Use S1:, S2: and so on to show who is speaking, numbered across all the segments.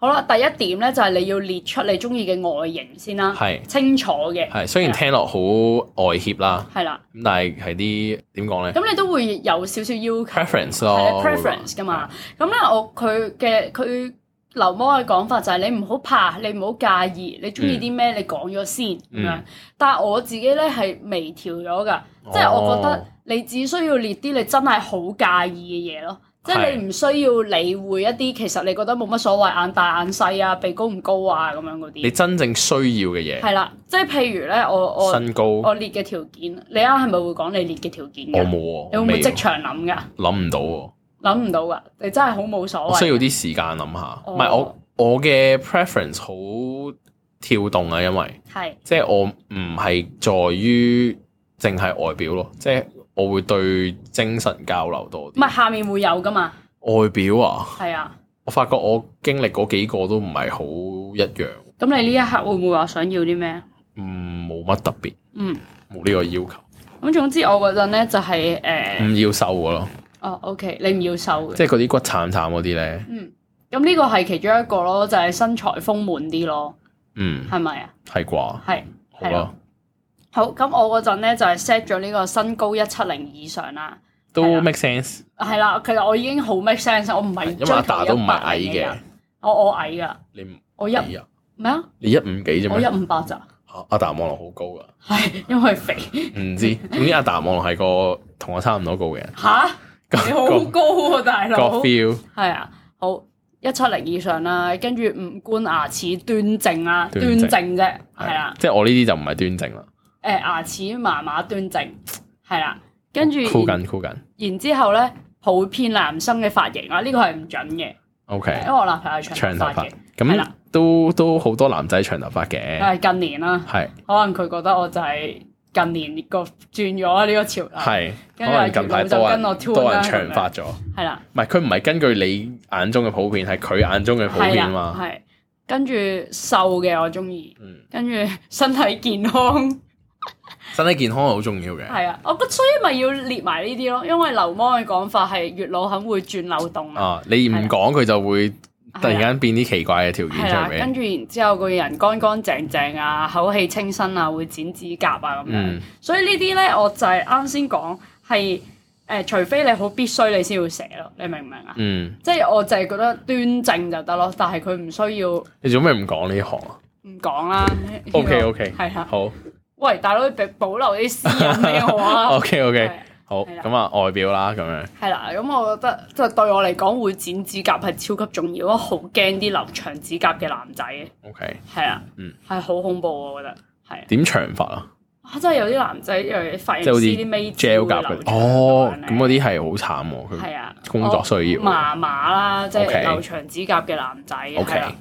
S1: 好啦，第一點咧就係你要列出你中意嘅外形先啦，
S2: 係
S1: 清楚嘅，
S2: 係，雖然聽落好外協啦，
S1: 係啦。
S2: 咁但係係啲點講咧
S1: 咁你都會有少少要求
S2: preference
S1: 係
S2: 咯
S1: 啦 preference 噶嘛。咁咧我佢嘅佢劉摩嘅講法就係你唔好怕，你唔好介意，你中意啲咩你講咗先咁樣
S2: 嗯。
S1: 但係我自己咧係微調咗㗎，
S2: 哦
S1: 即係我覺得你只需要列啲你真係好介意嘅嘢咯。即係你唔需要理會一啲其實你覺得冇乜所謂眼大眼細啊、鼻高唔高啊咁樣嗰
S2: 你
S1: 啲。
S2: 真正需要嘅
S1: 係啦，即係譬如咧，我
S2: 嘢，
S1: 我
S2: 身高我
S1: 我列嘅條件，你啱啱係咪會講你列嘅條件㗎？
S2: 冇
S1: 你
S2: 喎，
S1: 會唔會
S2: 未
S1: 即
S2: 喎
S1: 場諗㗎？
S2: 諗唔到喎，
S1: 諗唔到㗎，你真係好冇所
S2: 我需
S1: 謂。
S2: 要啲時間諗下。
S1: 哦
S2: 唔係我我嘅 preference 好跳動啊，因為
S1: 係
S2: 即係我唔係在於淨係外表咯，即係我會對精神交流多
S1: 唔
S2: 啲。
S1: 係下面會有㗎嘛？
S2: 外表啊，
S1: 係啊，
S2: 我發覺我經歷嗰幾個都唔係好一樣，
S1: 咁你呢一刻會唔會話想要啲咩？
S2: 嗯，冇乜特別，
S1: 嗯，
S2: 冇呢個要求。
S1: 咁總之我嗰陣咧就係、誒、
S2: 唔要瘦嘅咯，
S1: 哦，OK，你唔要瘦嘅，
S2: 嗯即係嗰啲骨慘慘嗰啲咧，
S1: 嗯，咁呢個係其中一個咯，就係、身材豐滿啲咯，
S2: 嗯，
S1: 係咪啊？
S2: 係啩？
S1: 係。
S2: 好
S1: 係
S2: 啦
S1: 咯，好，咁我嗰陣咧就係 set 咗呢個身高一七零以上啦，
S2: 都
S1: 係啊
S2: make sense，
S1: 係啦，其實我已經好 make sense，我唔係
S2: 因為
S1: 追
S2: 阿
S1: 求
S2: 達都唔係
S1: 180
S2: 矮嘅
S1: 人，，我我矮㗎，
S2: 你唔
S1: 我一
S2: 矮啊？
S1: 咩啊？
S2: 你一五幾啫
S1: 我一
S2: 咩？
S1: 五八咋，
S2: 啊阿達望落好高噶，
S1: 係因為 肥
S2: 唔知總之阿達望落係個同我差唔多高嘅人，
S1: 吓，
S2: 個
S1: 你好
S2: 個
S1: 高喎、大
S2: 個
S1: 佬。
S2: feel
S1: 係啊，好一七零以上啦，跟住五官牙齒端正啦，
S2: 端
S1: 端
S2: 正
S1: 正啫，係啊啦，，
S2: 即係我呢啲就唔係端正啦，
S1: 誒牙齒麻麻端正，係啦，跟住
S2: 箍
S1: 然
S2: 緊箍緊
S1: 然之後咧，普遍男生嘅髮型啦，啊呢個係唔準嘅，因為
S2: ，OK，
S1: 我男朋友係長
S2: 長頭
S1: 頭髮
S2: 髮
S1: 嘅，係
S2: 咁
S1: 啦
S2: 都都好多男仔長頭髮嘅，
S1: 但係近年啦，
S2: 係
S1: 可能佢覺得我就係近年個轉咗呢個潮流，
S2: 係，可
S1: 跟住阿
S2: 能
S1: 月
S2: 近排
S1: 老
S2: 多
S1: 就
S2: 人
S1: 跟我 tune
S2: 多人
S1: 啦
S2: 長
S1: 咁樣
S2: 髮咗。
S1: 係啦，
S2: 唔係佢唔係根據你眼中嘅普遍，係佢眼中嘅普
S1: 係
S2: 遍啊
S1: 啦，
S2: 嘛。
S1: 係跟住瘦嘅我中意，
S2: 嗯，
S1: 跟住身體健康。
S2: 身體健康 係好重要嘅。
S1: 係啊，我覺所以咪要列埋呢啲咯，因為流氓嘅講法係月老肯會轉漏洞啊，
S2: 啊，你唔講佢就會啊突然間變啲奇怪嘅條件
S1: 係
S2: 出
S1: 啦，
S2: 嚟俾
S1: 跟
S2: 你。
S1: 住然之後個人乾乾淨淨啊，口氣清新啊，會剪指甲啊咁樣，
S2: 嗯
S1: 所以呢啲咧我就係啱先講係誒，除非你好必須你先要寫咯，你明唔明啊？
S2: 嗯，
S1: 即係我就係覺得端正就得咯，但係佢唔需要唔
S2: 你做咩唔講呢行啊
S1: 講啦。
S2: ？OK OK，
S1: 係啊啦，
S2: 好
S1: 喂大佬，你俾保留啲私隱俾我啊。
S2: OK OK，
S1: 係
S2: 好
S1: 係啦
S2: 咁啊，外表啦咁樣。
S1: 係啦，咁我覺得即係對我嚟講，會剪指甲係超級重要，我好驚啲留長指甲嘅男仔，
S2: OK，
S1: 係啊，
S2: 嗯
S1: 係好恐怖啊我覺得，係
S2: 點長髮啊
S1: 啊，真係有啲男仔誒髮
S2: 即係
S1: 型
S2: 好
S1: 師
S2: 似
S1: 啲尾
S2: ？gel 夾嗰啲。哦，咁嗰
S1: 啲
S2: 啲係好慘喎，佢
S1: 係啊，
S2: 工作需要
S1: 我麻麻啦，即係
S2: OK
S1: 留長指甲嘅男仔，係
S2: OK
S1: 啦，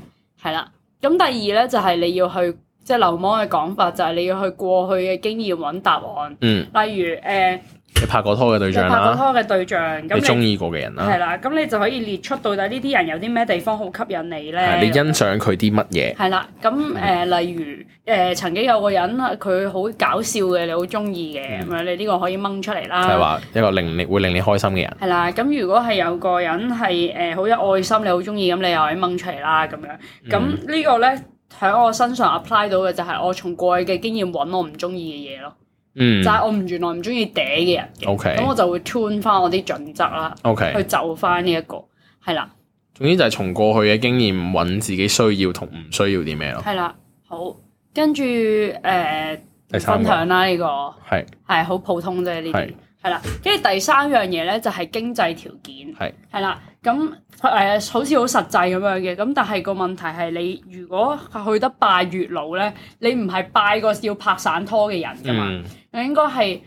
S1: 係啦。咁第二咧就係你要去即係流氓嘅講法，就係你要去過去嘅經驗揾答案，
S2: 嗯，
S1: 例如呃誒
S2: 你拍過拖嘅對
S1: 你
S2: 象
S1: 拍過
S2: 啦，
S1: 拖嘅對象，咁你
S2: 你中意過嘅人
S1: 係
S2: 啦，
S1: 啦，咁你就可以列出到底呢啲人有啲咩地方好吸引你咧？
S2: 係你欣賞嗯佢啲乜嘢？
S1: 係啦，咁誒、呃例如誒、呃曾經有個人佢好搞笑嘅，你好中意嘅，咁樣、你呢個可以掹出嚟
S2: 嗯就
S1: 啦。
S2: 係話一個令你會令你開心嘅人。
S1: 係啦，咁如果係有個人係誒好有愛心，你好中意，咁你又可以掹出嚟啦，咁樣。
S2: 嗯
S1: 咁呢個咧喺我身上 apply 到嘅就係我從過去嘅經驗揾我唔中意嘅嘢咯，
S2: 嗯
S1: 就係我唔原來唔中意嗲嘅人嘅，
S2: ，OK
S1: 咁我就會 tune 翻我啲準則啦，
S2: OK。
S1: 去就翻呢一個係啦。
S2: 總之就係從過去嘅經驗揾自己需要同唔需要啲咩咯。
S1: 係啦，好，跟住誒、呃
S2: 第三
S1: 分
S2: 個
S1: 享啦，呢、個
S2: 係
S1: 係好普通啫，呢
S2: 係
S1: 啲係啦。跟住第三樣嘢咧就係、經濟條件
S2: 係
S1: 係啦，咁誒、呃好似好實際咁樣嘅，咁但係個問題係你如果去得拜月老咧，你唔係拜個要拍散拖嘅人噶嘛，
S2: 嗯
S1: 你應該係。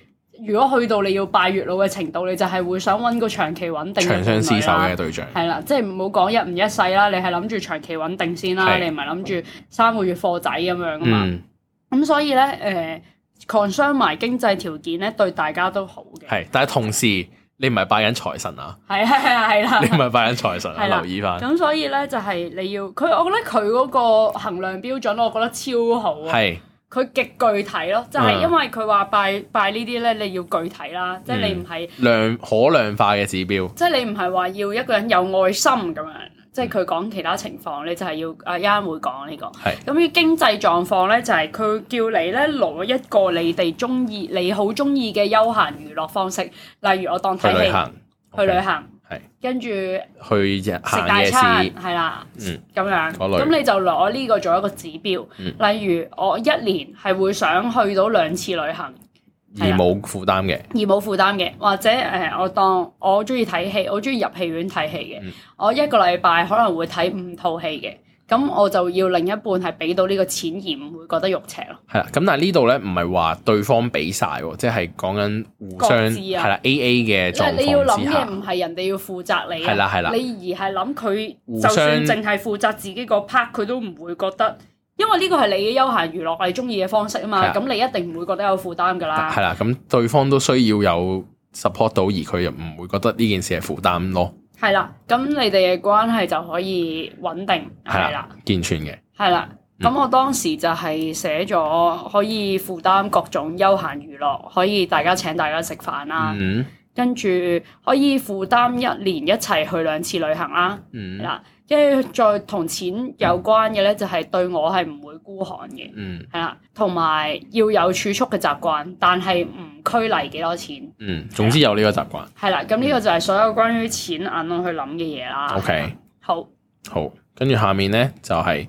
S1: 如果去到你要拜月老嘅程度，你就係會想揾個長期穩定嘅
S2: 長相
S1: 伴
S2: 廝
S1: 侶
S2: 守
S1: 啦
S2: 嘅對象。
S1: 係啦，即係唔好講一唔一世啦，你係諗住長期穩定先啦，
S2: 係
S1: 你唔係諗住三個月貨仔咁樣噶嘛。咁、啊
S2: 嗯，
S1: 所以咧，誒、concern 埋經濟條件咧，對大家都好嘅。
S2: 係，但係同時你唔係拜緊財神 啊，
S1: 係係係
S2: 你唔
S1: 啦。
S2: 係拜緊財神啊，
S1: 係啦
S2: 留意翻。
S1: 咁所以咧，就係、你要佢，我覺得佢嗰個衡量標準，我覺得超好啊！
S2: 係
S1: 佢極具體咯，就係、
S2: 嗯
S1: 因為佢話拜拜呢啲咧，你要具體啦，即係你唔係
S2: 量可量化嘅指標。
S1: 即係你唔係話要一個人有愛心咁樣，即係佢講其他情況，你就係要啊一陣會講呢、個。
S2: 嗯係
S1: 咁於經濟狀況咧，就係、佢叫你咧攞一個你哋中意、你好中意嘅休閒娛樂方式，例如我當
S2: 去
S1: 睇
S2: 旅
S1: 戲、
S2: 行，
S1: 去旅行，
S2: 係
S1: 跟住食
S2: 去日行
S1: 大
S2: 夜
S1: 餐，
S2: 市，
S1: 係啦，
S2: 嗯
S1: 咁樣。
S2: 嗰類
S1: 咁你就攞呢個做一個指標，
S2: 嗯
S1: 例如我一年係會想去到兩次旅行。
S2: 而
S1: 係啦啊
S2: 冇負擔嘅，
S1: 而冇負擔嘅，或者誒、呃我當我中意睇戲，我中意入戲院睇戲嘅，
S2: 嗯
S1: 我一個禮拜可能會睇五套戲嘅，咁我就要另一半係俾到呢個錢，而唔會覺得肉赤咯。
S2: 係啦。咁但係呢度咧唔係話對方俾晒喎，即係講緊互
S1: 各
S2: 相
S1: 自啊
S2: 係啦 A A 嘅
S1: 因為
S2: 狀
S1: 你要
S2: 況
S1: 諗
S2: 之
S1: 嘅
S2: 下，
S1: 唔係人哋要負責你啊，
S2: 係啦係啦
S1: 你而係諗佢
S2: 互
S1: 就
S2: 相
S1: 算淨係負責自己個 part，佢都唔會覺得，因為呢個係你嘅休閒娛樂，你中意嘅方式啊
S2: 係
S1: 嘛，
S2: 啊
S1: 咁你一定唔會覺得有負擔㗎啦
S2: 係。啦。咁對方都需要有 support 到，而佢又唔會覺得呢件事係負擔咯，
S1: 係啦，咁你哋嘅關係就可以穩定係
S2: 係
S1: 啦
S2: 啦。，健全嘅。
S1: 係啦。
S2: 嗯
S1: 咁我當時就係寫咗可以負擔各種休閒娛樂，可以大家請大家食飯啦，
S2: 嗯
S1: 跟住可以負擔一年一齊去兩次旅行啦，
S2: 嗯
S1: 嗱、跟住再同錢有關嘅咧，就係對我係唔會孤寒嘅，
S2: 嗯
S1: 係啦，同埋要有儲蓄嘅習慣，但係唔拘泥幾多錢，
S2: 嗯，總之有呢個習慣。
S1: 係啦，咁呢個就係所有關於錢銀我去諗嘅嘢啦。
S2: OK，
S1: 好，
S2: 好，跟住下面咧就係、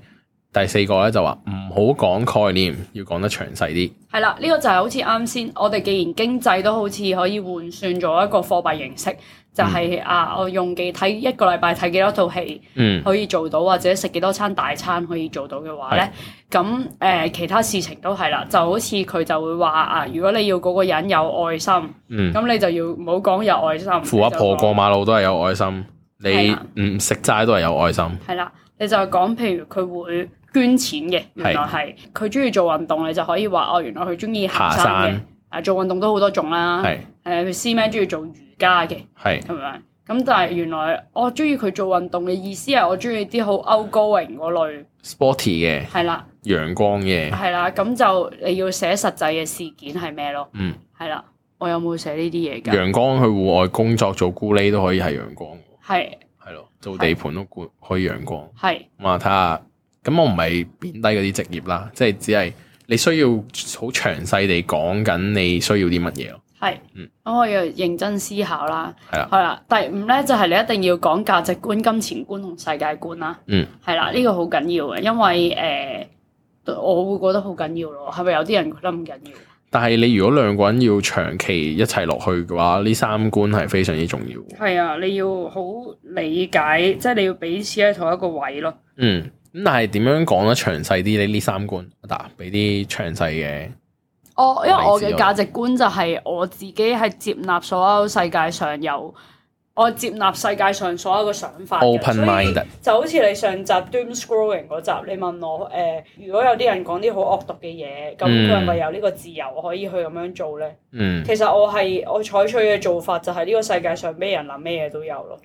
S2: 第四個咧就話唔好講概念，要講得詳細啲。
S1: 係啦，呢、個就係好似啱先，我哋既然經濟都好似可以換算咗一個貨幣形式，就係、啊，我用幾睇一個禮拜睇幾多套戲
S2: 嗯，
S1: 可以做到，或者食幾多餐大餐可以做到嘅話咧，咁誒、呃其他事情都係啦，就好似佢就會話啊，如果你要嗰個人有愛心，咁、
S2: 嗯，
S1: 你就要唔好講有愛心，
S2: 扶阿婆過馬路都係有愛心，
S1: 係啊
S2: 你唔食齋都係有愛心。
S1: 係啦，你就講譬如佢會捐錢嘅，原來係佢中意做運動，你就可以話哦，原來佢中意行
S2: 下
S1: 山嘅
S2: 山。
S1: 啊，做運動都好多種啦。
S2: 係
S1: 誒佢師妹中意做瑜伽嘅
S2: 係
S1: 咁樣，咁但係原來我中意佢做運動嘅意思係我中意啲好 outgoing 嗰類，
S2: sporty 嘅，
S1: 係啦
S2: 陽光嘅，
S1: 係啦，咁就你要寫實際嘅事件係咩咯？
S2: 嗯，
S1: 係啦，我有冇寫呢啲嘢㗎？
S2: 陽光去戶外工作做咕喱都可以係陽光，
S1: 係
S2: 係咯，做地盤都顧可以陽光。
S1: 係
S2: 咁啊，睇下，咁我唔係貶低嗰啲職業啦，即係只係你需要好詳細地講緊你需要啲乜嘢咯，
S1: 係，
S2: 嗯
S1: 咁我要認真思考啦。
S2: 係啦，
S1: 係啦，第五咧就係、你一定要講價值觀、金錢觀同世界觀啦。
S2: 嗯，
S1: 係啦，呢、個好緊要嘅，因為誒、我會覺得好緊要咯。係咪有啲人覺得唔緊要？
S2: 但係你如果兩個人要長期一齊落去嘅話，呢三觀係非常之重要。
S1: 係啊，你要好理解，即係你要彼此喺同一個位咯。
S2: 嗯，咁但係點樣講得詳細啲你呢三觀？嗱，俾啲詳細嘅，
S1: 我哦因為我嘅
S2: 我理解
S1: 價值觀就係我自己係接納所有世界上有，我接納世界上所有嘅想法嘅
S2: Open-minded
S1: 所以就好似你上集 Doom Scrolling 嗰集，你問我誒、呃如果有啲人講啲好惡毒嘅嘢，咁佢係咪有呢個自由可以去咁樣做咧？
S2: 嗯
S1: 其實我係我採取嘅做法就係呢個世界上咩人諗咩嘢都有咯。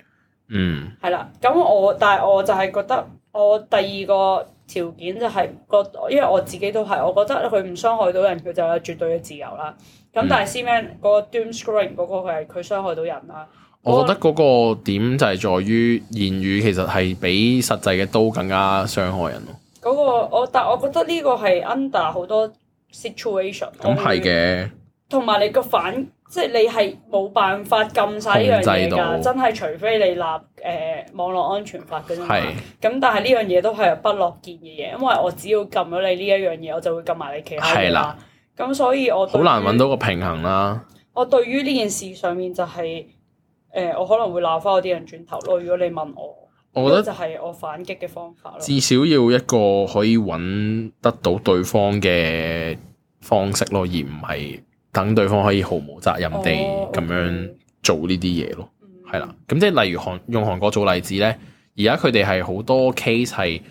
S2: 嗯
S1: 係啦，咁我但係我就係覺得我第二個條件就係覺，因為我自己都係，我覺得佢唔傷害到人，佢就有絕對嘅自由啦。咁
S2: 嗯
S1: 但係 C man 嗰個 doom scrolling 嗰個佢係佢傷害到人啦。
S2: 我覺得嗰個點就係在於言語其實係比實際嘅刀更加傷害人咯。
S1: 嗰、個我，但我覺得呢個係 under 好多 situation。
S2: 咁係。嘅，
S1: 同埋你個反，即係你係冇辦法禁晒呢樣嘢
S2: 控制到
S1: 㗎，真係除非你立誒、呃、網絡安全法嘅啫嘛。
S2: 係
S1: 咁但係呢樣嘢都係不樂見嘅嘢，因為我只要撳咗你呢一樣嘢，我就會撳埋你其他嘢
S2: 係
S1: 啦
S2: 啦。
S1: 咁所以我對
S2: 好
S1: 於
S2: 難揾到個平衡啦。
S1: 我對於呢件事上面就係、誒、我可能會鬧翻我啲人轉頭咯。如果你問我，
S2: 我
S1: 呢
S2: 覺得
S1: 個就係我反擊嘅方法咯。
S2: 至少要一個可以揾得到對方嘅方式咯，而唔係等對方可以毫無責任地
S1: 哦
S2: 咁樣
S1: OK
S2: 做呢啲嘢咯。
S1: 嗯
S2: 係啦，咁即係例如韓用韓國做例子咧，而家佢哋係好多 case 係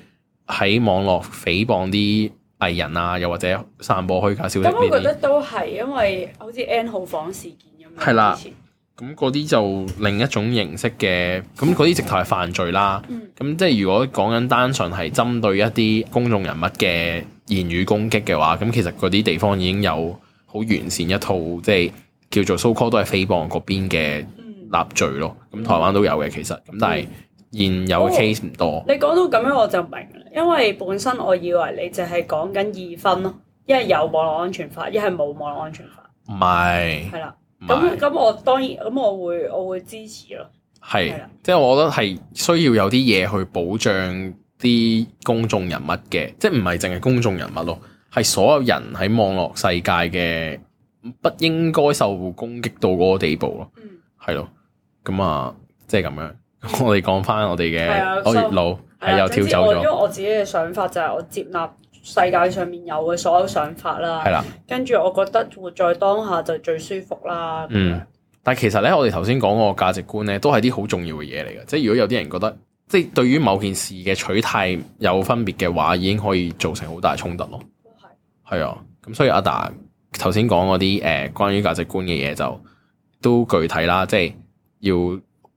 S2: 喺網絡誹謗啲藝人啊，又或者散播虛假消息呢
S1: 咁我覺
S2: 啲
S1: 得，都係因為好似 N 號房事件咁樣。
S2: 係啦
S1: 之前
S2: 咁嗰啲就另一種形式嘅，咁嗰啲直頭係犯罪啦。
S1: 嗯
S2: 咁即係如果講緊單純係針對一啲公眾人物嘅言語攻擊嘅話，咁其實嗰啲地方已經有好完善一套，即係叫做 so call 都係誹謗嗰邊嘅
S1: 嗯哦
S2: 立罪咯。咁台灣都有嘅其實，咁但係現有嘅 case 唔多。
S1: 你講到咁樣我就明啦，因為本身我以為你淨係講緊二分咯，一係有網絡安全法，一係冇網絡安全法，
S2: 唔係，
S1: 係啦。
S2: 唔
S1: 咁
S2: 係，
S1: 咁我當然咁我會我會支持咯，
S2: 係
S1: 係啦啊
S2: 即係我覺得係需要有啲嘢去保障啲公眾人物嘅，即係唔係淨係公眾人物咯，係所有人喺網絡世界嘅不應該受攻擊到嗰個地步咯，
S1: 嗯，
S2: 係咯，咁啊，即係咁樣。 我哋講翻我哋
S1: 係啊
S2: 嘅我月老係又
S1: 總
S2: 跳
S1: 之
S2: 走
S1: 我因為
S2: 咗，
S1: 我自己嘅想法就係我接納世界上面有嘅所有想法啦
S2: 係，啦。
S1: 跟住我覺得活在當下就最舒服啦。
S2: 嗯，但係其實咧，我哋頭先講個價值觀咧，都係啲好重要嘅嘢嚟嘅。即係如果有啲人覺得，即係對於某件事嘅取態有分別嘅話，已經可以造成好大衝突咯。
S1: 都係
S2: 係啊，咁所以阿達頭先講嗰啲誒關於價值觀嘅嘢就都具體啦，即係要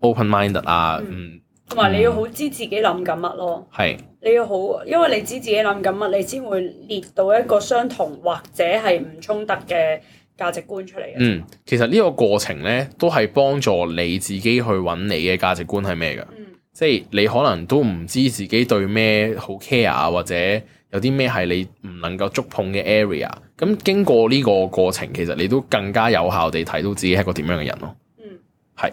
S2: open minded 啊，嗯，
S1: 同埋你要好知自己諗緊乜咯。
S2: 係
S1: 你要好，因為你知自己諗緊乜，你先會列到一個相同或者係唔衝突嘅價值觀出嚟嘅。
S2: 嗯，其實呢個過程咧都係幫助你自己去揾你嘅價值觀係咩㗎。
S1: 嗯，
S2: 即係你可能都唔知自己對咩好 care 啊，或者有啲咩係你唔能夠觸碰嘅 area。咁經過呢個過程，其實你都更加有效地睇到自己係一個點樣嘅人咯。
S1: 嗯，
S2: 係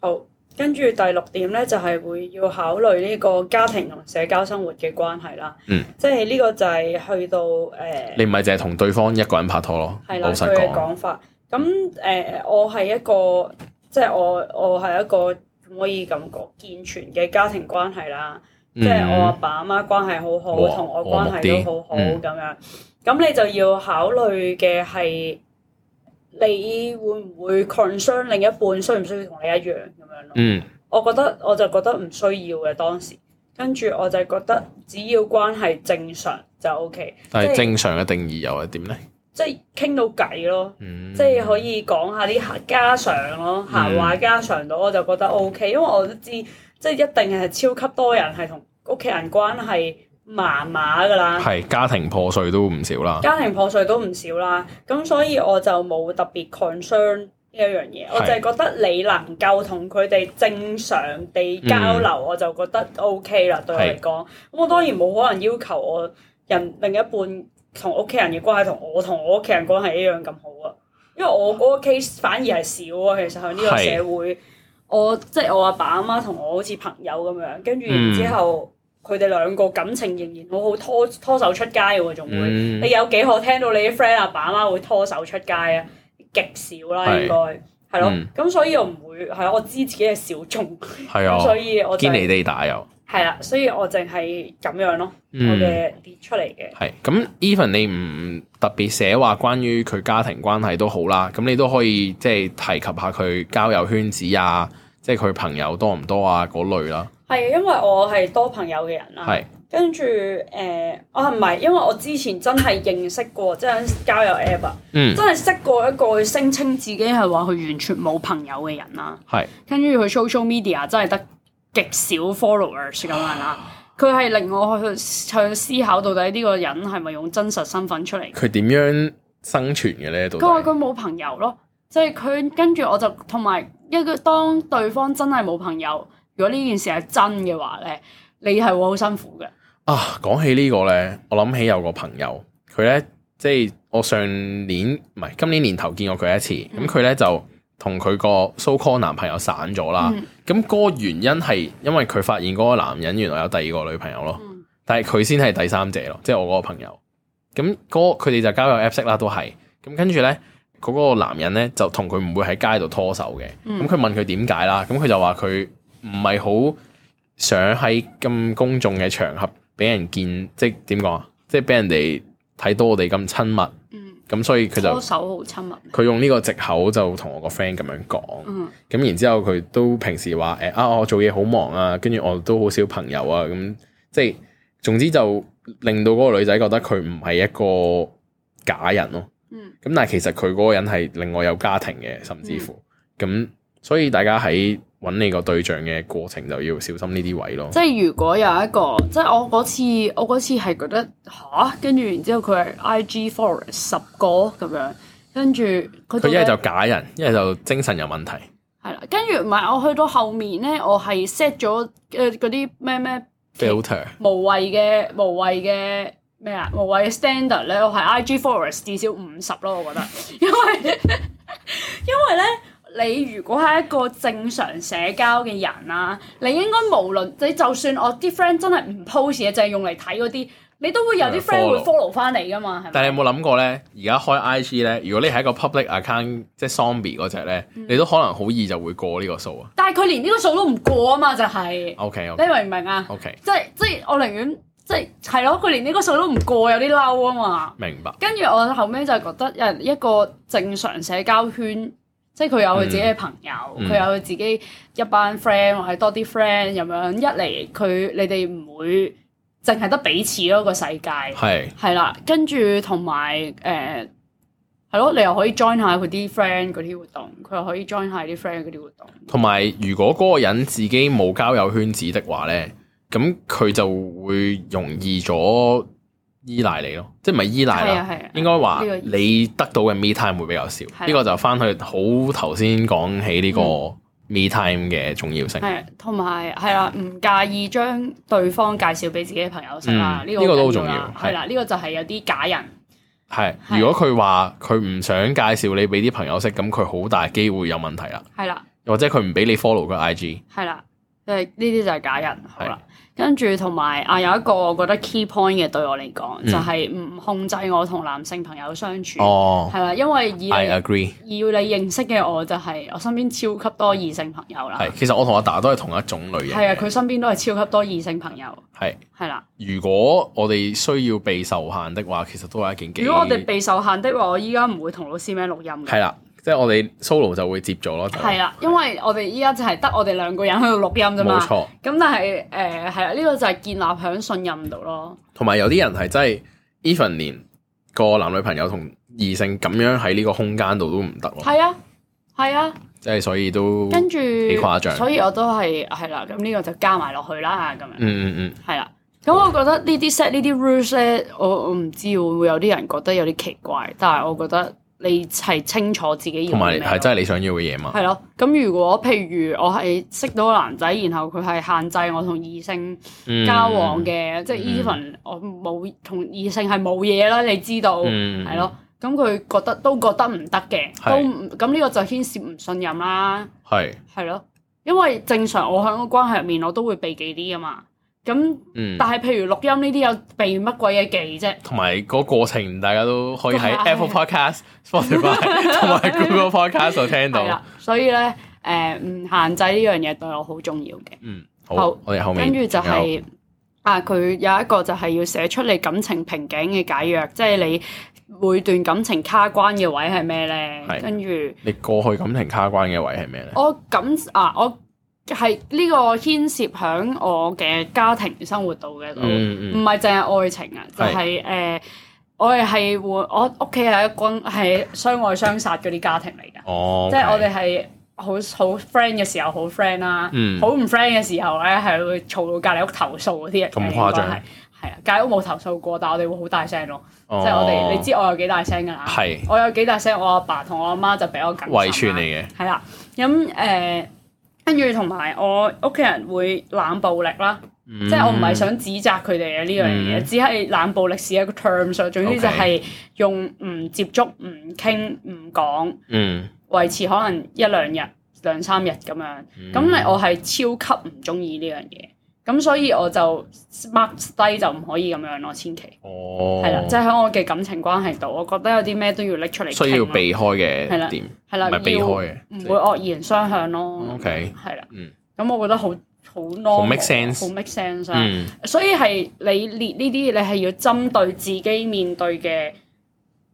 S1: 好。跟住第六點咧，就係會要考慮呢個家庭同社交生活嘅關係啦。
S2: 嗯，
S1: 即係呢個就係去到誒，呃
S2: 你唔係淨係同對方一個人拍拖咯。
S1: 係啦
S2: 老實
S1: 佢嘅
S2: 講，
S1: 講法。咁誒、呃我係一個即係我我係一個可唔可以咁講健全嘅家庭關係啦。即係我阿
S2: 嗯，
S1: 爸阿媽關係好
S2: 哇
S1: 好，同我關係都好好
S2: 和睦啲嗯
S1: 咁樣。咁你就要考慮嘅係，你會唔會 concern 另一半需唔需要同你一樣咁樣咯？
S2: 嗯，
S1: 我覺得我就覺得唔需要嘅當時，跟住我就覺得只要關係正常就 O K，
S2: 但係
S1: 即係
S2: 正常嘅定義又係點咧？
S1: 即係傾到偈咯。
S2: 嗯，
S1: 即係可以講下啲家常咯，閒話家常到我就覺得 O、k 因為我都知即係一定係超級多人係同屋企人關係麻麻㗎啦，
S2: 嗯係家庭破碎都唔少啦。
S1: 家庭破碎都唔少啦，咁所以我就冇特別 concern 呢一樣嘢，我就係覺得你能夠同佢哋正常地交流，我就覺得 O、k 啦，對我嚟講，咁我當然冇可能要求我人另一半同屋企人嘅關係同我同我屋企人關係一樣咁好啊，因為我嗰個 case 反而係少啊，其實喺呢個
S2: 係
S1: 社會，我即係我阿爸阿媽同我好似朋友咁樣，跟住然之後佢哋兩個感情仍然好好拖拖手出街嘅喎，仲會。
S2: 嗯
S1: 你，有幾可聽到你啲 friend 阿爸阿媽會拖手出街啊？極少啦，
S2: 係
S1: 應該係咯
S2: 嗯。
S1: 咁所以我唔會係啊我知自己係小眾，
S2: 係
S1: 咁所
S2: 啊，
S1: 以我就
S2: 堅尼地打又。
S1: 係啦，所以我淨係咁樣咯，我
S2: 嗯
S1: 嘅列出嚟嘅。
S2: 係咁，even 你唔特別寫話關於佢家庭關係都好啦，咁你都可以即係提及下佢交友圈子啊，即係佢朋友多唔多啊嗰類啦。
S1: 係因為我係多朋友嘅人啦，
S2: 係
S1: 跟住誒，我係唔係因為我之前真係認識過，即係喺交友 app 啊，
S2: 嗯
S1: 真係識過一個聲稱自己係話佢完全冇朋友嘅人啊啦。
S2: 係
S3: 跟住佢 social media 真係得極少 followers 咁樣啦。佢係令我去去思考到底呢個人係咪用真實身份出嚟？
S2: 佢點樣生存嘅咧？到
S3: 佢話
S2: 底
S3: 佢冇朋友咯，即係佢跟住我就同埋一個當對方真係冇朋友，如果呢件事係真嘅話咧，你係會好辛苦嘅。
S2: 啊，講起呢個咧，我諗起有個朋友，佢咧即係我上年唔係今年年頭見過佢一次，咁佢咧就同佢個 so call 男朋友散咗啦。咁嗰個原因係因為佢發現嗰個男人原來有第二個女朋友咯。
S3: 嗯
S2: 但係佢先係第三者咯，即係我嗰個朋友。咁嗰佢哋就交友 app 識啦，都係。咁跟住咧，嗰、個男人咧就同佢唔會喺街度拖手嘅。咁佢、問佢點解啦，咁佢就話佢唔係好想喺咁公眾嘅場合俾人見，即係點講啊？即係俾人哋睇到我哋咁親密。
S3: 嗯，
S2: 咁所以佢
S3: 拖
S2: 就
S3: 手好親密。
S2: 佢用呢個藉口就同我個 friend 咁樣講。
S3: 嗯，
S2: 咁然之後佢都平時話誒、啊，我做嘢好忙啊，跟住我都好少朋友啊，咁即係總之就令到嗰個女仔覺得佢唔係一個假人咯。
S3: 嗯，
S2: 咁但係其實佢嗰個人係另外有家庭嘅，甚至乎
S3: 嗯
S2: 咁，所以大家喺揾你個對象嘅過程就要小心呢啲位咯。
S3: 即係如果有一個，即係我嗰次，我嗰次係覺得吓，跟住然之後佢係 IG forest 十個咁樣，跟住佢
S2: 佢
S3: 到
S2: 一係
S3: 底
S2: 就假人，一係就精神有問題。
S1: 係啦，跟住唔係我去到後面咧，我係 set 咗誒嗰啲咩咩
S2: filter
S1: 無謂嘅無謂嘅咩啊，無謂嘅 standard 咧，我係 IG forest 至少五十咯，我覺得， 因為因為咧，你如果係一個正常社交嘅人啊，你應該無論你就算我啲 friend 真係唔 post 嘢，就係用嚟睇嗰啲，你都會有啲 friend 會
S2: 啊 Follow
S1: follow 翻你噶嘛，係
S2: 但
S1: 咪？
S2: 係你有冇諗過咧？而家開 IG 咧，如果你係一個 public account，即係 zombie 嗰只咧，
S1: 嗯
S2: 你都可能好易就會過呢個數啊。
S1: 但係佢連呢個數都唔過啊嘛，就係、
S2: OK OK
S1: 你明唔明啊？
S2: OK，
S1: 即係即係我寧願即係係咯，佢連呢個數都唔過，有啲嬲啊嘛。
S2: 明白。
S1: 跟住我後尾就覺得人一個正常社交圈，即係佢有佢自己嘅朋友，
S2: 嗯
S1: 佢、有佢自己一班 friend 或者多啲 friend 咁樣。一嚟佢你哋唔會淨係得彼此咯個世界，
S2: 係
S1: 係啦。跟住同埋誒係咯，你又可以 join 下佢啲 friend 嗰啲活動，佢又可以 join 下啲 friend 嗰啲活動。
S2: 同埋，如果嗰個人自己冇交友圈子的話咧，咁佢就會容易咗依賴你咯，即係唔係依賴
S1: 係啊
S2: 啦？
S1: 係啊，
S2: 應該話
S1: 呢個意思
S2: 你得到嘅 me time 會比較少，
S1: 係啊嗯
S2: 呢個就翻去好頭先講起呢個 me time 嘅重要性。
S1: 係，同埋係啦，唔介意將對方介紹俾自己嘅朋友識啦，
S2: 嗯
S1: 呢、
S2: 呢個
S1: 個
S2: 都好
S1: 緊
S2: 重要
S1: 啦
S2: 係
S1: 係啦，呢、個就係有啲假人，
S2: 係，
S1: 係
S2: 如果佢話佢唔想介紹你俾啲朋友識，咁佢好大機會有問題啦，
S1: 係啦，
S2: 或者佢唔俾你 follow 個 IG。
S1: 係啦，誒呢啲就係假人，好啦。跟住同埋啊，有一個我覺得 key point 嘅對我嚟講，
S2: 嗯
S1: 就係唔控制我同男性朋友相處，係
S2: 哦啊
S1: 啦、因為以
S2: ，I
S1: 你
S2: agree。
S1: 以你認識嘅我就係我身邊超級多異性朋友啦，
S2: 係，其實我同阿達都係同一種類型嘅。
S1: 啊係啊，佢身邊都係超級多異性朋友，
S2: 係
S1: 係啦。
S2: 如果我哋需要被受限的話，其實都係一件幾
S1: 如果我哋被受限的話，我依家唔會同老師咩錄音嘅
S2: 係。啦，即係我哋 solo 就會接咗咯。就
S1: 係啦，因為我哋依家就係得我哋兩個人喺度錄音啫嘛。
S2: 啊冇錯。
S1: 咁但係誒係啦，呢、個就係建立喺信任度咯。
S2: 同埋有啲人係真係 even 連個男女朋友同異性咁樣喺呢個空間度都唔得咯，
S1: 係啊，係啊，
S2: 即係所以都
S1: 跟住
S2: 幾誇張
S1: 所以我都係係啦。咁呢個就加埋落去啦，咁樣
S2: 嗯嗯嗯，
S1: 係啦。咁我覺得呢啲 set 呢啲 rules 咧，我我唔知會唔會有啲人覺得有啲奇怪，但係我覺得你係清楚自己要
S2: 同埋
S1: 啲咩咯
S2: 係真係你想要嘅嘢嘛。
S1: 係咯，咁如果譬如我係識到個男仔，然後佢係限制我同異性
S2: 嗯
S1: 交往，嘅，即係
S2: 嗯
S1: even 我冇同異性係冇嘢啦，你知道
S2: 嗯
S1: 係咯。咁佢覺得都覺得唔得嘅，
S2: 係
S1: 都唔咁呢個就牽涉唔信任啦，
S2: 係
S1: 係咯。因為正常我喺個關係入面我都會避忌啲噶嘛。咁
S2: 嗯。
S1: 但係譬如錄音呢啲有避乜鬼嘢忌啫？
S2: 同埋個過程，大家都可以喺
S1: 係
S2: Apple Podcast、Spotify 同埋 Google Podcast 度聽
S1: 係
S2: 到
S1: 啦。，所以咧誒唔限制呢樣嘢對我好重要嘅。
S2: 嗯，好
S1: 好，
S2: 我哋後面
S1: 跟住就
S2: 仲有
S1: 係、啊，佢有一個就係要寫出你感情瓶頸嘅解藥，即係你每段感情卡關嘅位係咩咧
S2: 係？
S1: 跟住
S2: 你過去感情卡關嘅位係咩咧？
S1: 我感啊，我係呢個牽涉響我嘅家庭生活度嘅度，
S2: 嗯
S1: 唔
S2: 嗯
S1: 係淨係愛情啊，就
S2: 係
S1: 係、誒、我哋係會我屋企係一軍係相愛相殺嗰啲家庭嚟㗎。
S2: 哦，
S1: 即係我
S2: OK
S1: 哋係好好 friend 嘅時候好 friend 啦
S2: 嗯，
S1: 好唔 friend 嘅時候咧係會嘈到隔離屋投訴嗰啲人
S2: 咁誇張
S1: 應該係係啊，隔離屋冇投訴過，但係我哋會好大聲咯，
S2: 哦
S1: 即係我哋你知我有幾大聲㗎啦，
S2: 係
S1: 我有幾大聲，我阿爸同我阿媽就俾我緊
S2: 遺傳嚟嘅，
S1: 係啦，咁誒跟住同埋我屋企人會冷暴力啦。
S2: 嗯
S1: 即係我唔係想指責佢哋嘅呢樣嘢，
S2: 嗯
S1: 只係冷暴力是一個 terms 咯。總之就
S2: OK
S1: 係用唔接觸、唔傾、唔講
S2: 嗯
S1: 維持可能一兩日、兩三日咁樣。
S2: 嗯
S1: 咁你我係超級唔中意呢樣嘢，咁所以我就 mark 低就唔可以咁樣咯，千祈
S2: 哦
S1: 係啦，即係喺我嘅感情關係度，我覺得有啲咩都要拎出嚟
S2: 需要
S1: 傾咯
S2: 避開
S1: 係啦
S2: 嘅點，唔
S1: 係啦，
S2: 係避
S1: 要
S2: 開嘅，
S1: 唔會惡言相向咯。
S2: OK
S1: 係啦，
S2: 嗯
S1: 咁我覺得好好 normal，
S2: make sense
S1: 好 make sense 啊。
S2: 嗯
S1: 所以係你列呢啲，你係要針對自己面對嘅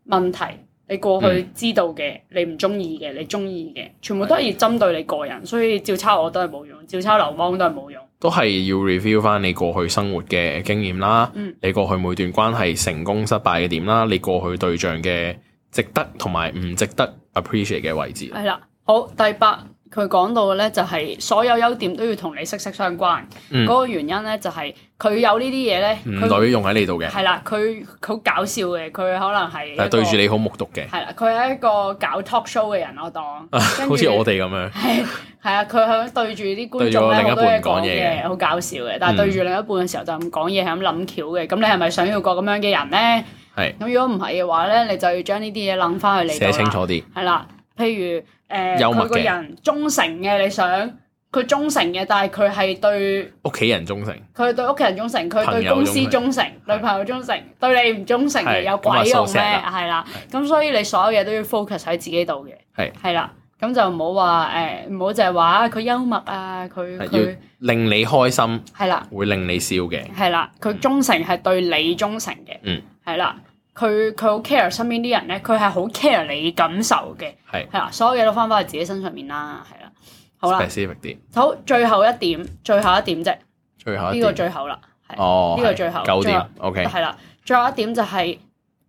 S1: 問題，你過去
S2: 嗯
S1: 知道嘅，你唔中意嘅，你中意嘅，全部都係要針對你個人，所以照抄我都係冇用，照抄流氓都係冇用。
S2: 都係要 review 翻你過去生活嘅經驗啦，
S1: 嗯
S2: 你過去每段關係成功失敗嘅點啦，你過去對象嘅值得同埋唔值得 appreciate 嘅位置，
S1: 係啦，好第八佢講到嘅咧，就係所有優點都要同你息息相關。嗰、
S2: 嗯
S1: 個原因咧，就係佢有呢啲嘢咧，
S2: 唔
S1: 佢
S2: 代表用喺你度嘅，
S1: 係啦，佢好搞笑嘅，佢可能係一
S2: 但係對住
S1: 個
S2: 你好目睹嘅，
S1: 係啦，佢係一個搞 talk show 嘅人，我當跟
S2: 啊好似
S1: 住
S2: 我哋咁樣。
S1: 係係啊，佢喺對住啲觀
S2: 對住
S1: 眾
S2: 我
S1: 咧
S2: 另一
S1: 好多嘢
S2: 半
S1: 講
S2: 講嘢嗯
S1: 嘅，好搞笑嘅。但係對住另一半嘅時候就咁講嘢，係咁諗橋嘅。咁你係咪想要個咁樣嘅人咧？
S2: 係
S1: 咁如果唔係嘅話咧，你就要將呢啲嘢諗翻去你度
S2: 寫
S1: 啦
S2: 清楚啲，
S1: 係啦，譬如誒，
S2: 幽
S1: 佢、
S2: 默嘅
S1: 個人忠誠嘅，你想佢忠誠嘅，但係佢係對
S2: 屋企人忠誠，
S1: 佢對屋企人忠誠，佢
S2: 朋
S1: 對
S2: 友
S1: 公司
S2: 忠
S1: 忠誠，對朋友忠誠，對你唔忠誠
S2: 係
S1: 嘅有鬼用
S2: 咁
S1: 咩？
S2: 就 sad 啦
S1: 係啦，咁所以你所有嘢都要 focus 喺自己度嘅，
S2: 係
S1: 係啦，咁就唔好話誒，唔好就係話啊佢幽默啊，佢
S2: 係
S1: 佢
S2: 令你開心，
S1: 係啦
S2: 會令你笑嘅，
S1: 係啦，佢忠誠係對你忠誠嘅，
S2: 嗯，
S1: 係啦，佢佢好 care 身邊啲人咧，佢係好 care 你感受嘅。
S2: 係
S1: 係啦，所有嘢都翻返去自己身上面啦，係啦。好啦，
S2: specific 啲。
S1: 好，最後一點，最後一點啫，
S2: 最後一
S1: 呢個
S2: 點，
S1: 最後啦，係
S2: 哦，
S1: 呢個
S2: 係
S1: 最後
S2: 九
S1: 最
S2: 點
S1: 後
S2: ，OK，
S1: 係啦。最後一點就係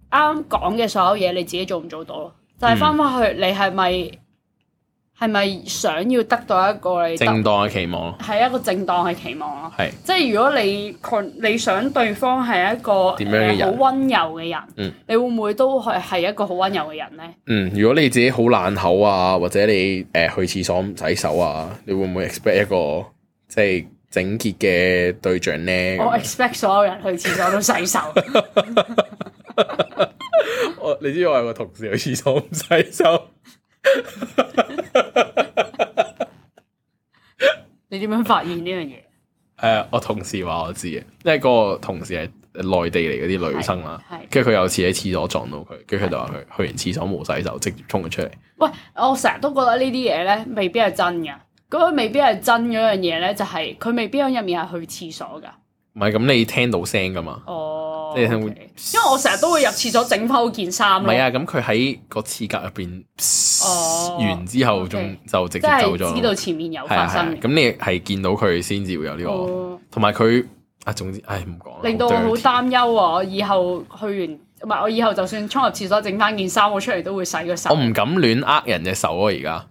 S1: 啱講嘅所有嘢，你自己做唔做到咯？就
S2: 嗯
S1: 係翻返去你係咪係咪想要得到一個你得
S2: 正當嘅期望咯，
S1: 係一個正當嘅期望咯？
S2: 係
S1: 即係如果你 con- 你想對方係一個
S2: 點樣嘅人
S1: 呃好温柔嘅人，
S2: 嗯
S1: 你會唔會都係係一個好温柔嘅人咧？
S2: 嗯，如果你自己好懶口啊，或者你誒、呃去廁所唔洗手啊，你會唔會 expect 一個即係整潔嘅對象咧？
S1: 我
S2: 咁
S1: expect 所有人去廁所都洗 手。
S2: 我哦你知我有個同事去廁所唔 洗手，
S1: 你點樣發現呢樣嘢？
S2: 誒、我同事話我知嘅，因為嗰個同事係內地嚟嗰啲女生啦
S1: 係係，
S2: 跟住佢有次喺廁所撞到佢，跟住佢就話佢去完廁所冇洗手，直接衝咗出嚟。
S1: 喂，我成日都覺得呢啲嘢咧，未必係真嘅。嗰個未必係真嗰樣嘢咧，就係佢未必喺入面係去廁所㗎。
S2: 唔係咁，你聽到聲噶嘛？
S1: 哦，
S2: 即係
S1: OK
S2: 會
S1: 因為我成日都會入廁所整翻件衫
S2: 唔
S1: 咯
S2: 係，啊，咁佢喺個廁格入邊，
S1: 哦
S2: 完之後
S1: OK
S2: 仲就直
S1: 即
S2: 接走
S1: 係
S2: 咗
S1: 知道
S2: 咯。
S1: 前面有
S2: 係啊
S1: 發
S2: 係啊
S1: 生嘅。
S2: 咁你係見到佢先至會有呢個，
S1: 哦，
S2: 同埋佢啊，總之，唉，唔講啦。
S1: 令到我好
S2: dirty
S1: 擔憂啊！我以後去完，唔係我以後就算衝入廁所整翻件衫，我出嚟都會洗個手
S2: 我。唔敢亂呃人隻手啊！而家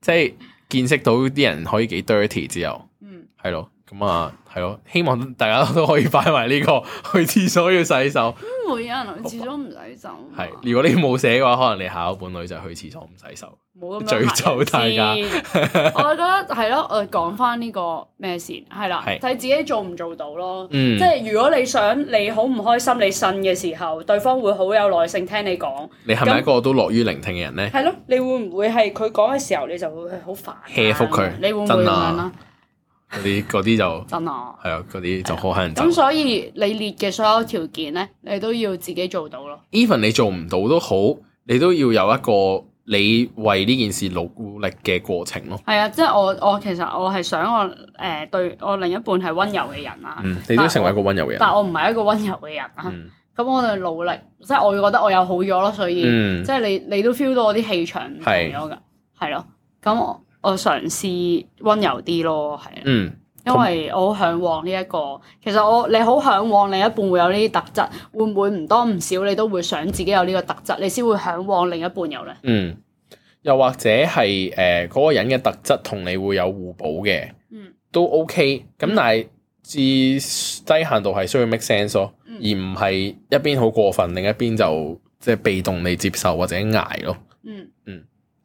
S2: 即係見識到啲人可以幾 dirty 之後，
S1: 嗯，
S2: 係咯，咁啊，係咯，希望大家都可以擺埋呢個 去廁所要洗手。
S1: 唔會有人去廁所唔洗手啊嘛。
S2: 係，如果你冇寫嘅話，可能你下一本女就去廁所唔洗手。
S1: 冇咁
S2: 詛
S1: 樣
S2: 咒大家
S1: 家。 我覺得係咯，我哋講翻呢個咩先係啦，
S2: 係
S1: 睇自己做唔做到咯。
S2: 嗯
S1: 即，係如果你想你好唔開心，你呻嘅時候，對方會好有耐性聽你講。
S2: 你係咪一個都樂於聆聽嘅人咧？
S1: 係咯，你會唔會係佢講嘅時候，你就會好煩啊
S2: hea 覆佢
S1: 你會唔會咁
S2: 真
S1: 樣
S2: 啊
S1: 啦？
S2: 嗰啲嗰啲就。
S1: 真啊！
S2: 係啊，嗰啲就好乞人
S1: 咁
S2: 憎。
S1: 所以你列嘅所有條件咧，你都要自己做到咯。
S2: even 你做唔到都好，你都要有一個你為呢件事努力嘅過程咯。
S1: 係啊，即係我我其實我係想我誒、呃、對我另一半係温柔嘅人啊，
S2: 嗯，你都成為一個温柔嘅人
S1: 但。我唔係一個温柔嘅人啊。
S2: 嗯
S1: 咁我哋努力，即係我會覺得我有好咗咯，所以、
S2: 嗯
S1: 即係你你都 feel 到我啲氣場唔同
S2: 係
S1: 咗㗎，係咯。咁我我嘗試温柔啲咯，係啊，
S2: 嗯，
S1: 因為我好向往呢、一個。其實我你好向往另一半會有呢啲特質，會唔會唔多唔少你都會想自己有呢個特質，你先會向往另一半有咧？
S2: 嗯，又或者係誒嗰個人嘅特質同你會有互補嘅，
S1: 嗯，
S2: 都 OK。咁但係至低限度係需要 make sense 咯，而
S1: 嗯
S2: 唔係一邊好過分，另一邊就即係被動地接受或者捱咯，
S1: 嗯，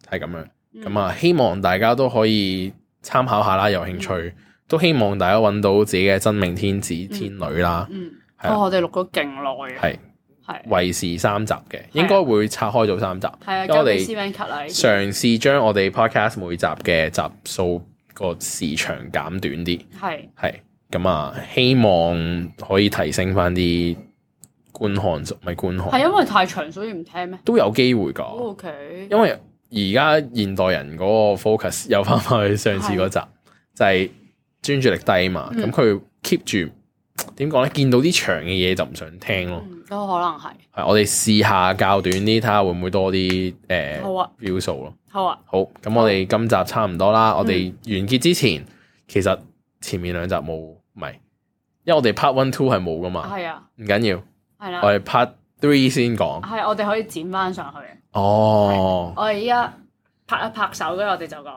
S2: 係咁樣。
S1: 嗯
S2: 咁，啊，希望大家都可以參考下啦，有興趣
S1: 嗯
S2: 都希望大家揾到自己嘅真命天子天女啦，
S1: 嗯，
S2: 係啊
S1: 哦，我哋錄咗勁耐啊，
S2: 係
S1: 係
S2: 為時三集嘅，應該會拆開做三集，
S1: 係啊，
S2: 因為
S1: 交
S2: 我
S1: 俾
S2: 哋
S1: C man cut 啦呢啲，
S2: 嘗試將我哋 podcast 每集嘅集數個時長減短啲，
S1: 係
S2: 係咁啊，希望可以提升翻啲觀看數，唔係觀
S1: 係啊
S2: 看
S1: 因為太長所以唔聽咩哦
S2: 都有機會㗎，
S1: ？O K，
S2: 因為而家現代人嗰個 focus 又翻返去上次嗰集，就係專注力低嘛，咁
S1: 嗯
S2: 佢 keep 住點講咧？見到啲長嘅嘢就唔想聽咯。
S1: 嗯都可能係，
S2: 係我哋試下較短啲，睇下會唔會多啲誒
S1: 好啊，
S2: view 數咯。
S1: 好啊。
S2: 好，咁我哋今集差唔多
S1: 嗯
S2: 啦。我哋完結之前，其實前面兩集冇，唔係，因為我哋 part one two 係冇噶嘛，
S1: 係啊，
S2: 唔緊要，
S1: 係啦，
S2: 我哋 part three 先講。
S1: 係我哋可以剪翻上去。
S2: 哦，
S1: 我哋依家拍一拍手，跟住我哋就講，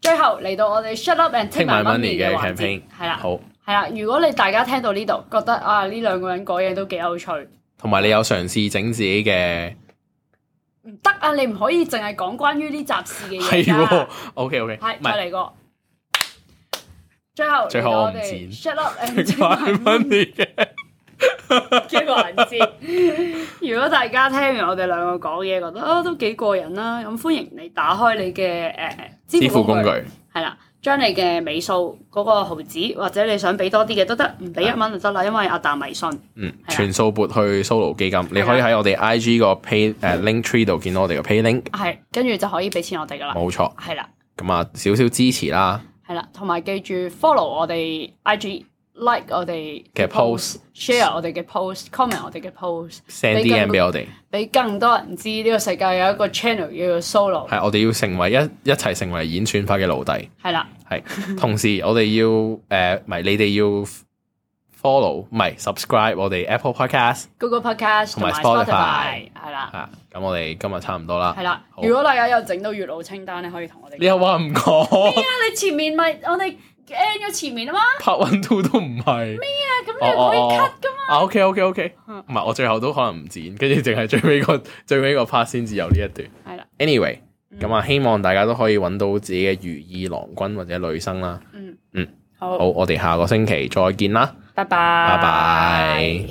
S1: 最後嚟到我哋 shut up and take my
S2: Take my
S1: money
S2: money
S1: 嘅
S2: 嘅
S1: 環節
S2: campaign，
S1: 係啦，
S2: 好，
S1: 係啦。如果你大家聽到呢度覺得啊呢兩個人講嘢都幾有趣，唔
S2: 同埋你有嘗試整自己嘅
S1: 得啊！你唔可以淨係講關於呢集事嘅
S2: 係
S1: 嘢
S2: 喎
S1: 㗎。
S2: ，OK OK，
S1: 啊係
S2: 唔係
S1: 再嚟過。最後
S2: 最
S1: 嚟
S2: 後
S1: 到
S2: 我
S1: 我
S2: 唔
S1: 哋
S2: 剪
S1: shut up and
S2: Take
S1: take my
S2: my
S1: money
S2: money 嘅，
S1: 嘅環節。如果大家聽完我哋兩個講嘢，覺得啊都幾過癮啦，咁歡迎你打開你嘅誒
S2: 支付工具，
S1: 係啦，將你嘅尾數嗰個毫子，或者你想俾多啲嘅都得，唔
S2: 啊
S1: 俾一蚊就得啦，因為阿達迷信。
S2: 嗯，
S1: 係啦啊
S2: 全數撥去 Solo 基金，你可以喺我哋 IG 個 pay 誒 link tree 度見到我哋嘅 pay link，
S1: 係，跟住就可以俾錢我哋噶啦。
S2: 冇錯，
S1: 係啦，
S2: 咁啊少少支持啦，
S1: 係啦，同埋記住 follow 我哋 IG。like 我哋
S2: 嘅 post
S1: share 我哋嘅 post，comment 我哋嘅 post，
S2: ，send
S1: 你更
S2: DM 俾我哋，
S1: 俾更多人知呢個世界有一個 channel 叫做 Solo，
S2: 係我哋要成為一一齊成為演算法嘅奴隸。
S1: 係啦，
S2: 系， 同時我哋要誒，唔係你哋要 follow，唔係 subscribe 我哋 Apple Podcast
S1: Google Podcast 同
S2: 同
S1: 埋
S2: 埋
S1: Spotify 係啦，
S2: 啊。咁我哋今日差唔多啦
S1: 係。啦。
S2: 好
S1: 如果大家有整到月老清單咧，可以同我哋講。
S2: 你又話唔講
S1: 啊，你前面咪我哋 end 咗前面啊嘛，哎
S2: ，Part One Two 都唔係。哦
S1: 咁你可以 cut 噶嘛。
S2: 啊，OK OK OK，唔係我最後都可能唔剪，跟住淨係最尾個 最尾個 part 先至有呢一段。
S1: 係啦，
S2: Anyway，咁
S1: 嗯
S2: 啊，希望大家都可以揾到自己嘅如意郎君或者女生啦。
S1: 嗯
S2: 嗯，
S1: 好，
S2: 好，我哋下個星期再見啦，
S1: 拜拜，
S2: 拜
S1: 拜
S2: 拜。